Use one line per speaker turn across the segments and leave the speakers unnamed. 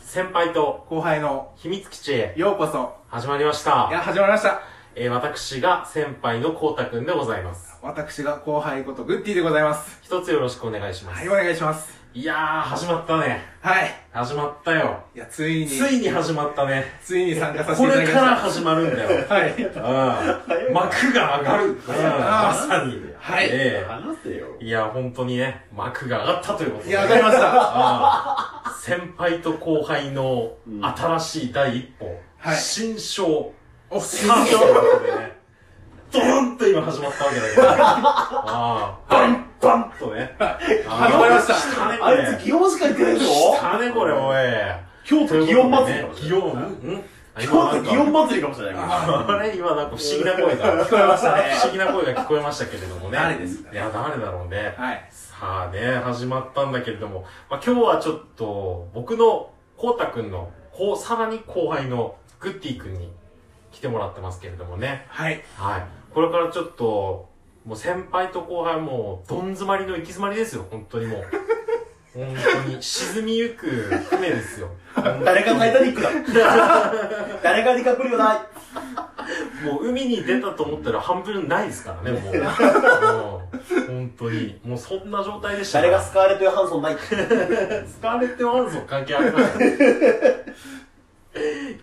先輩と
後輩の
秘密基地へ
ようこそ。
始まりまし
いや、
た。
始まりました。
えー、私が先輩のこうたくんでございます。
私が後輩ことグッディでございます。
一つよろしくお願いしま
は
す。
い、お願いします。
いやー、始まったね。
はい。
始まったよ。
いや、ついに、
ついに始まったね。
ついに参加させ
こ
て
れ
いただきまし
か
た。
ら始まるんだよ。
はい。
うん。幕が上がる。うん。まさに。
はい
え
話せよ。
えいや、本当にね、幕が上がったということで。
いや、わかりました。
ああ先輩と後輩の新しい第一歩、
はい
新章
お、
スタートということでね、ドーンと今始まったわけだけど、ああバンバンとね、始
始まりました
たねこ
あ
れ、
いつ、祇園しか行ってないぞ
来たねこれ、おい。
京都
という
祇園
ことで
祭り
ね
かもしれ
祇
ない。
園、うん
京都祇園祭りかもしれない。
あれ今なんか不思議な声が、
聞こえましたね
不思議な声が聞こえましたけれどもね。
誰ですか
いや、誰だろうね。
はい。
さあね、始まったんだけれども、まあ、今日はちょっと、僕の、こうたくんの、こう、さらに後輩の、グッティくんに来てもらってますけれどもね。
はい。
はい。これからちょっと、もう先輩と後輩もう、どん詰まりの行き詰まりですよ、本当にもう。本当に、沈みゆく船ですよ。
誰かタイタニックだ。 誰かディカプリオだ。
もう海に出たと思ったら半分ないですからね、もう。もう本当に。もうそんな状態でしたか
誰
ら。
がスカーレット・ヨハンソンない。
スカーレット・ヨハンソン関係あるから。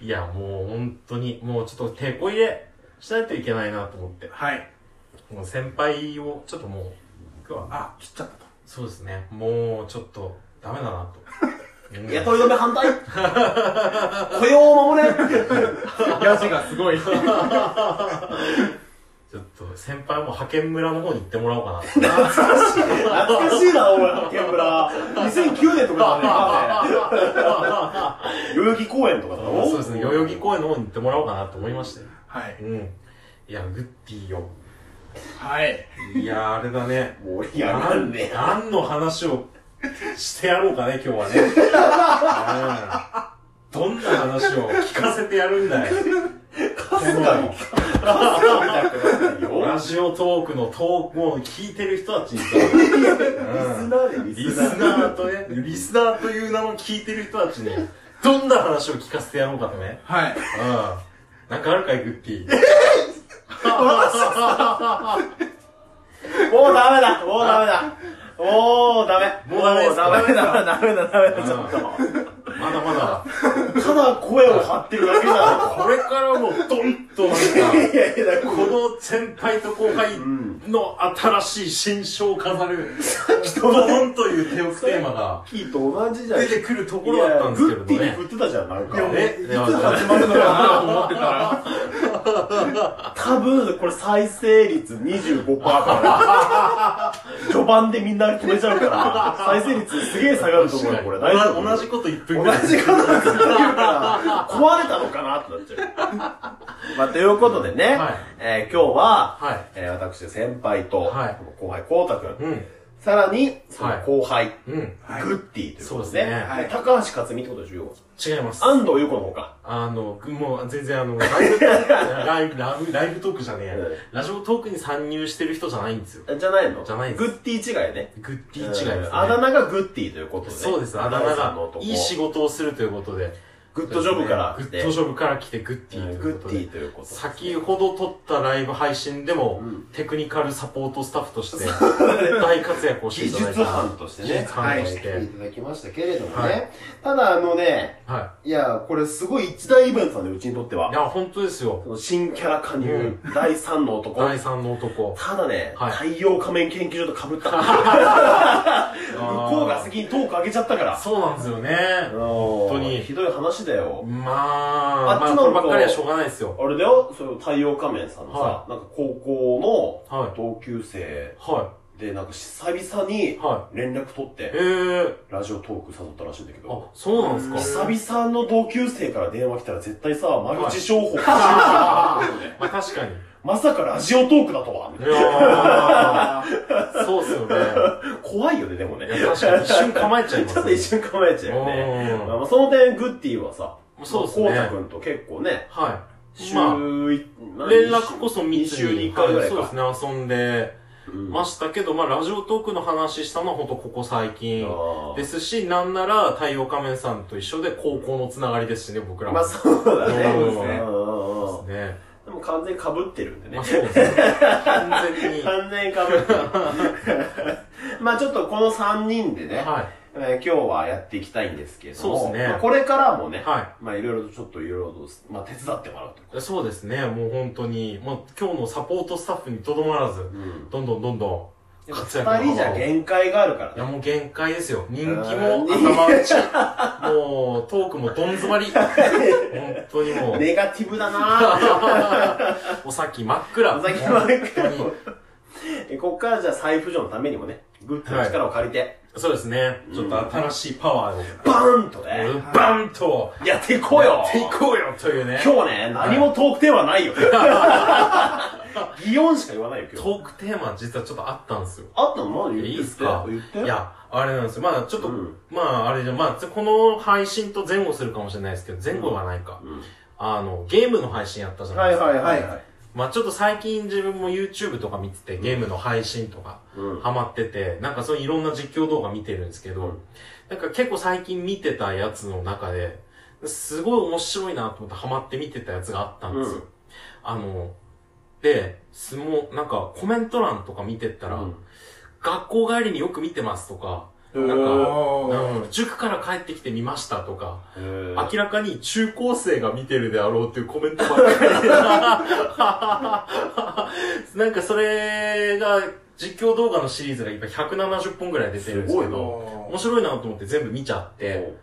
いや、もう本当に、もうちょっと手こ入れしないといけないなと思って。
はい。
もう先輩を、ちょっともう、今日は、
あ、切っちゃったと。
そうですね、もうちょっと、ダメだなと。うん
雇い止め反対。雇用を守れ。
ヤジがすごい。
ちょっと、先輩も派遣村の方に行ってもらおうか なと。
懐かしいな、お前、派遣村。2009年とかだね。 代々木公園とかだろ
そうですね、代々木公園の方に行ってもらおうかなと思いましたよ。
はい。
うん。いや、グッディよ。
はい。
いや、あれだね。
もうやらんね
何の話をしてやろうかね、今日はね。うんどんな話を聞かせてやるんだい。
かすかに聞
ラジオトークのトークを聞いてる人たちにさ、
リスナーで
リスナーとね、リスナーという名の聞いてる人たちに、どんな話を聞かせてやろうかとね。
は
う
い。
ん。なんかあるかい、グッキー。
もうダメだもうダメだもうダメ
もうダメですか
ダメだダメだダメだちょっ
まだまだ、
とただ声を張ってるだけじゃ
これからもどんとなんか、
んいやいやだ
この先輩と後輩の新しい新章を飾る、ドドンという手をテーマが
キーと同じじゃん
出てくるところだったんですけれど
いやグッティに
ね
振。ってたじゃんなんか
え、いや
始まるのかなと思ってた ら、
多分これ再生率25%から序盤でみんな決めちゃうから再生率すげえ下がると思うよこれ大丈夫
同じこと1分
同
ぐらい。
じことずっと言うから、壊れたのかなってなっちゃう。まあ、ということでね、
はい
えー今日は、
はい
えー私、先輩と、
はい
後輩、こうたくん、
うん。
さらに、その後輩、
うん。
はい
グッティということです
そうで
ね。
すね
はい
高橋克実ってことでしょ、要
違います
は。安藤優子のほか。
あの、もう全然あの、ライブ、ライブ、ライブライブトークじゃねえや
うん
ラジオトークに参入してる人じゃないんですよ。
じゃないの
じゃないです
グッティ違いね。
グッディ違いですね
うんあだ名がグッティということで。
そうです、あだ名が
の男。
いい仕事をするということで。
グッドジョブから
グ
来て
ッドジョブから来てグッディとい
グ
うこ
ッ
と
テ
で
ィ。ということですね。
先ほど撮ったライブ配信でも、テクニカルサポートスタッフとして大活躍をしてい
技
ただいた
術班として
技
ね
術。班として、
いただきましたけれどもね。
はい
ただ、あのね、
はい
や、これすごい一大イベントなんで、うちにとって
い、い
は。
や本当ですよ
その新キャラ加入、第3の男。
第三の男
ただね、
はい
太陽仮面研究所と被 った。向こうが先にトーク上げちゃったから。
そうなんですよね
本
当に
ひどい話だよ。
まあ
あっちの
まあこればっ
方
かりはしょうがないですよ
あれだよ、その太陽仮面さんのさ、
は
なんか高校
は
の同級生
は
で、なんか久々に
は
連絡取っ
いえ
て、
ー、
ラジオトーク誘ったらしいんだけど。
あそうなんですか
久々の同級生から電話来たら絶対さ、マルチ商法、
まあ確かに
まさかラジオトークだとは、みたい
いやーそうっすよ ね
な怖いよね、でもね。
いや確か に一瞬構えちゃいます
ちょっと一瞬構えちゃうよ
う
ね
ん。
まあ、その点、グッティはさ、
そうですね
まあこうたくんと結構ね、
はい
週
まあ
一、まあ
連絡こそ密
二週に
に
一回ぐらい
そう
か。
ですね遊んで、ましたけど、まあ、ラジオトークの話したのはほんとここ最近
あー
ですし、なんなら太陽仮面さんと一緒で高校のつながりですしね、僕らも。
まあそうだね。
そうです
ね
うんうんうん
そうですね。
でも完全に被ってるんでね
まあ。そうですね。 完全に。は
完全に被ってる。 まあちょっとこの3人でね、
い。
えー今日はやっていきたいんですけども、
そうですね
まあこれからもね、
は
まあいろいろとちょっといろいろと、まあ手伝ってもらうという
い。そうですね。もう本当に、もう今日のサポートスタッフにとどまらず、
うん。
どんどんどんどん活躍の
2人じゃ限界があるから
い
ね
や。もう限界ですよ。人気も
あー
頭打ち。もうトークもどん詰まり。本当にもう。
ネガティブだなぁ。
お先真っ暗。
お先真っ暗
本
えこっからじゃあ再浮上のためにもね、グッズの力を借りて、
当にそうですね。ちょっと新しいパワーを。
バーンとね、
バンと、
やっていこうよ
やっていこうよというね。
今日ね、何もトークテーマ ないよ。擬音しか言わないよ、今
ト
日。
ークテーマ実はちょっとあったんですよ。
あったの何
い
言って
いっすか
言って。
いや、あれなんですよ。まあちょっと、
うん
まああれじゃ、まあこの配信と前後するかもしれないですけど、前後はないか。
うん
あの、ゲームの配信やったじゃない
は
で
い
すか。
はいはいはい。
まあちょっと最近自分も YouTube とか見てて、ゲームの配信とか、
うん
ハマってて、なんかそういういろんな実況動画見てるんですけど、
うん
なんか結構最近見てたやつの中で、すごい面白いなと思ってハマって見てたやつがあったんですよ。
うん
あの、で、相撲、なんかコメント欄とか見てったら、
うん
学校帰りによく見てますとか、
うん
なんか、
お
うん塾から帰ってきてみましたとか、
へー
明らかに中高生が見てるであろうっていうコメントばっかりで。なんかそれが、実況動画のシリーズが今170本ぐらい出てるんですけ
す
ど、
お
面白いなと思って全部見ちゃって、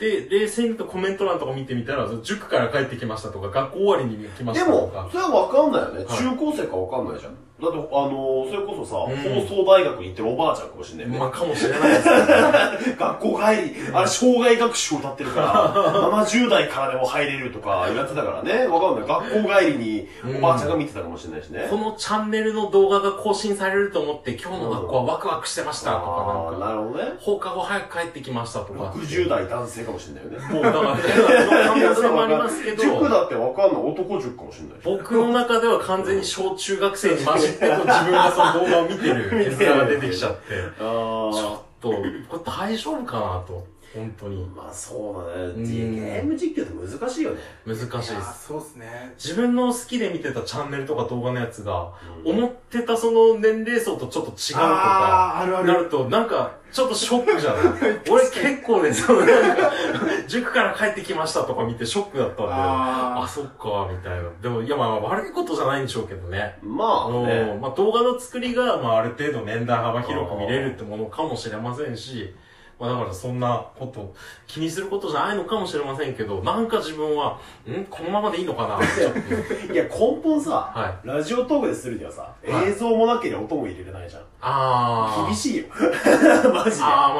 で、冷静に言うとコメント欄とか見てみたら、塾から帰ってきましたとか、学校終わりに来まし
で
たと
も
か、。
それは分かんないよね。
はい
中高生か分かんないじゃん。だって、あのー、それこそさ、
うん
放送大学に行ってるおばあちゃんかもしんないよね。
まあかもしれないですけど、
学校帰り、あれ、生涯学習歌って るから、70代からでも入れるとかやってたからね、わかんない。学校帰りにおばあちゃんが見てたかもしれないしね。
このチャンネルの動画が更新されると思って、今日の学校はワクワクしてましたと
あ
か、
ー
なんか、
なるほどね。
放課後早く帰ってきましたとか。
60代男性かもしれないよね。
もうだから、可能性もありますけ
塾
ど、
だってわかんない。男塾かもしれないし。
僕の中では完全に小中学生に混じってこう自分がその動画を見てる絵面が出てきち ゃって、
あ
ち
ー
ょっと、これ大丈夫かなと、本当に。
まあそうだね。
うん
ゲーム実況って難しいよね。
難しいで
いや
す。
そうっすね
自分の好きで見てたチャンネルとか動画のやつが、思ってたその年齢層とちょっと違うとか、
あーあるあ
な
る
ると、なんか、ちょっとショック じゃない俺結構ね、そのなんか、塾から帰ってきましたとか見てショックだったんで、
あー
あ、そっか、みたいな。でも、いや、まあ、悪いことじゃないんでしょうけどね。あ
まあ
の、
ね。
まあ、動画の作りが、まあ、ある程度年代幅広く見れるってものかもしれませんし、まあ、だからそんなこと、気にすることじゃないのかもしれませんけど、なんか自分は、んこのままでいいのかなってちょっと。
いや、根本さ、
はい。
ラジオトークでするにはさ、
はい
映像もなければ音も入れれないじゃん。
あー。
厳
い。
しいよ。 マジで。
あー、ま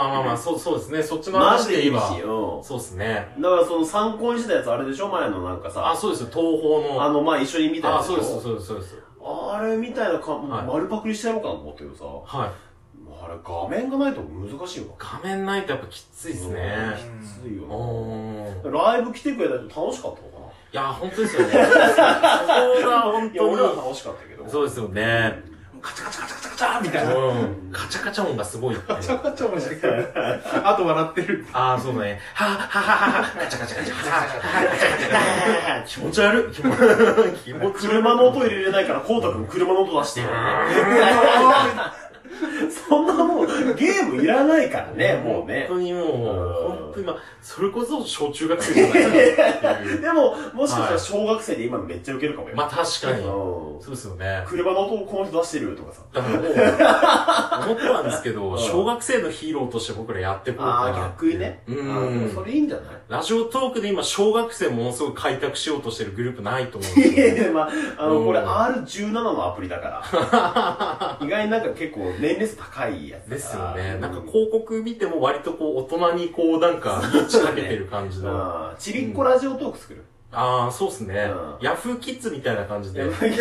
あまあまあ、そう、そうですね。そっちの
マ
話
ジ
で
で
言え
厳
ば
しい。。よ
そうですね。
だからその参考にしてたやつあれでしょ前のなんか
あ、
さ、
そうですよ。東宝の。
あの、まあ一緒に見たや
あ、
つ
そう
で
で
し
す、
ょ
そうです、そうです。
あれみたいなか、もう
はい
丸パクリしてやろうかなと思ったけどさ、
はい。
あれ画面がないと難しいわ。
画面ないとやっぱきついですね。
うんきついよ
おー。
な。ライブ来てくれた人楽しかったのかない
や、本当ですよね。そこが本
いや、俺ら
当
は楽しかったけど。
に。 そうですよね。
カチャカチャカチャカチャカチャみたいな
うん。カチャカチャ音がすごいっていう。
カチャ面白いあと笑って る
ああ、そうだね。はぁ、はぁはぁはぁ、カチャカチャカチャカチャカチャカチャカチャカチャカチャカチャ気持ち悪い。気持ち悪い。気持ち悪い。
車の音入れれないから、こうたくん車の音出してるよね。そんなもう、ゲームいらないからね、もうね
本。当にもう、
うん
本当にまあ、それこそ小中学生じゃないかなっていう。
でも、もしかしたら小学生で今めっちゃウケるかもよ。
まあ確かに。
うん
そうですよね。
車の音をこの人出してるとかさ。
だからもう、思ったんですけど、小学生のヒーローとして僕らやってこうかな。うん。
れいいんじゃない
ラジオトークで今、小学生ものすごい開拓しようとしてるグループないと思うんです
い
け
やいや、まあ、あ
う
の、
ん
これ R17 のアプリだから。意外になんか結構年齢層高いやつ
ど。で
だか
す
ら
よね。なんか広告見ても割とこう、大人にこう、なんか、リーチかけてる感じ
う
の。
ん。ちびっこラジオトーク作る。
あー、そうっすね
う。ん
ヤフーキッズみたいな感じで、
いやいやい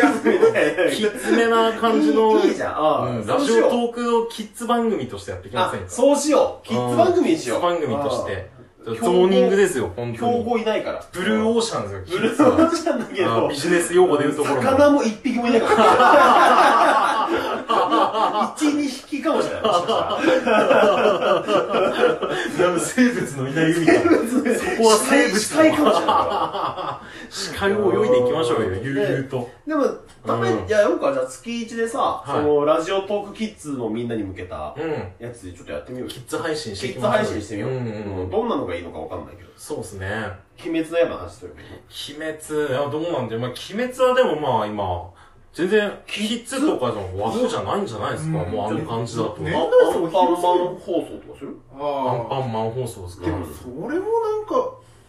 き
や
つめな感じの、
いいいいじゃんあー
うん
そ
ラ
う
ジ
しよう
オトークをキッズ番組としてやってきま
あ
せんか
そうしよう。キッズ番組にしよう。
キッズ番組として。ゾ
ん
ーニングですよ、本当
競
に。
合いないから。
ブルー
ー
オーシャンですよ、キ
ブル
ッズ
ー
は
オ。ーシャンだけ
あ
ど
ビ。ジネス用語で言うところの。
魚も一匹もいないから。 1、2匹かもしれない。もしかしたら。
生物のいない海だ。そこは生物
近いかもしれないから。
視界を泳いでいきましょうよ、悠々と。
でも、ため、
うん
いや、よくはじゃあ月1でさ、
い
その、ラジオトークキッズのみんなに向けた
うん。
やつでちょっとやってみようよ。
キッズ配信して
キ
いき
ッズ
ましょう。
配信してみよう。
んん
うんどんなのがいいのかわかんないけど。
そうですね。
鬼滅の刃の話というか、
鬼滅、あ、どうなんだよ。まあ、鬼滅はでもまあ今、全然、キッズとかの和道じゃないんじゃないですか、
うん
もうあの感じだと。
ね
あ
アン
どうしても
パンマン
広すぎる
放送とかする
アン
ああ。
パンマン放送ですか
で
ら。
も、それもなんか、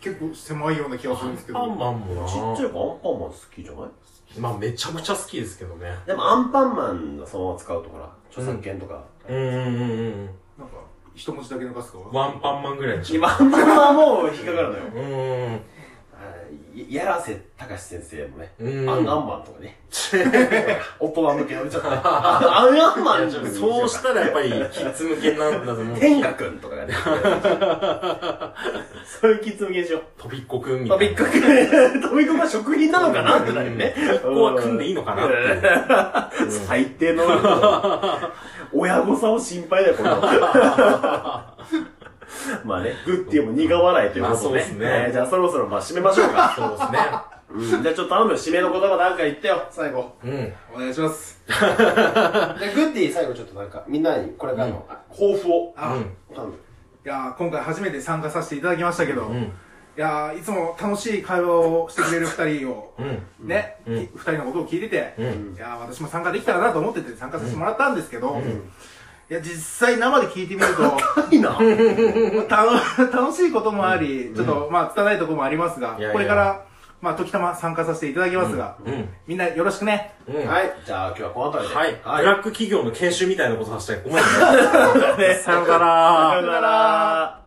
結構狭いような気がするんですけど。
アンパンマンも
ちっちゃ
ない
子アンパンマン好きじゃない
まあめちゃくちゃ好きですけどね。
でもアンパンマンのそのまま使うとほら、著作権とか。
うんうんうんうん。
なんか、一文字だけ流すかは。
ワンパンマンぐらいにしよ
今、アンパンマンはもう引っかかるのよ。
う。うん。
はいやらせたかし先生もね、
うん
アンアンマンと かね。大人向けやめちゃったね。アンアンマンじゃん。
そうしたらやっぱり、キッズ向けになるんだと思う。
天下くん とかがね。そういうキッズ向けでしょ。
とびっこくんみた
ト
い
ビ
な。
ックくん、トビックは食品なのかなってなるよね。
ここは組んでいいのかなっていう。
うん最低 の。親御さんを心配だよ、この。まあね、グッティも苦笑いということ
ま
で、ね。
あそうですね
はいじゃあそろそろまあ締めましょうか。
そうですね。
うんじゃあちょっと頼むよ、締めの言葉なんか言ってよ、最後。
うん。
お願いします。
で、グッディ最後ちょっとなんか、みんなにこれからの抱負を。
あ、
う
い
ん
頼む。
やー今回初めて参加させていただきましたけど、
う
い
ん。
やーいつも楽しい会話をしてくれる二人を、
うん。
ね、
うん
二人のことを聞いてて、
うん
いやー私も参加できたらなと思ってて参加させてもらったんですけど、いや、実際生で聞いてみると、
いいな。
た 楽しいこともあり、ちょっと、まあ、拙いところもありますが
いやいや、
これから、まあ、時たま参加させていただきますが
うんうん、
みんなよろしくね。
うん。
はい、じゃあ今日はこの辺りで。
はい。ブ
はい。
ラック企業の研修みたいなことさせて、ごめんね。さよなら
さよなら。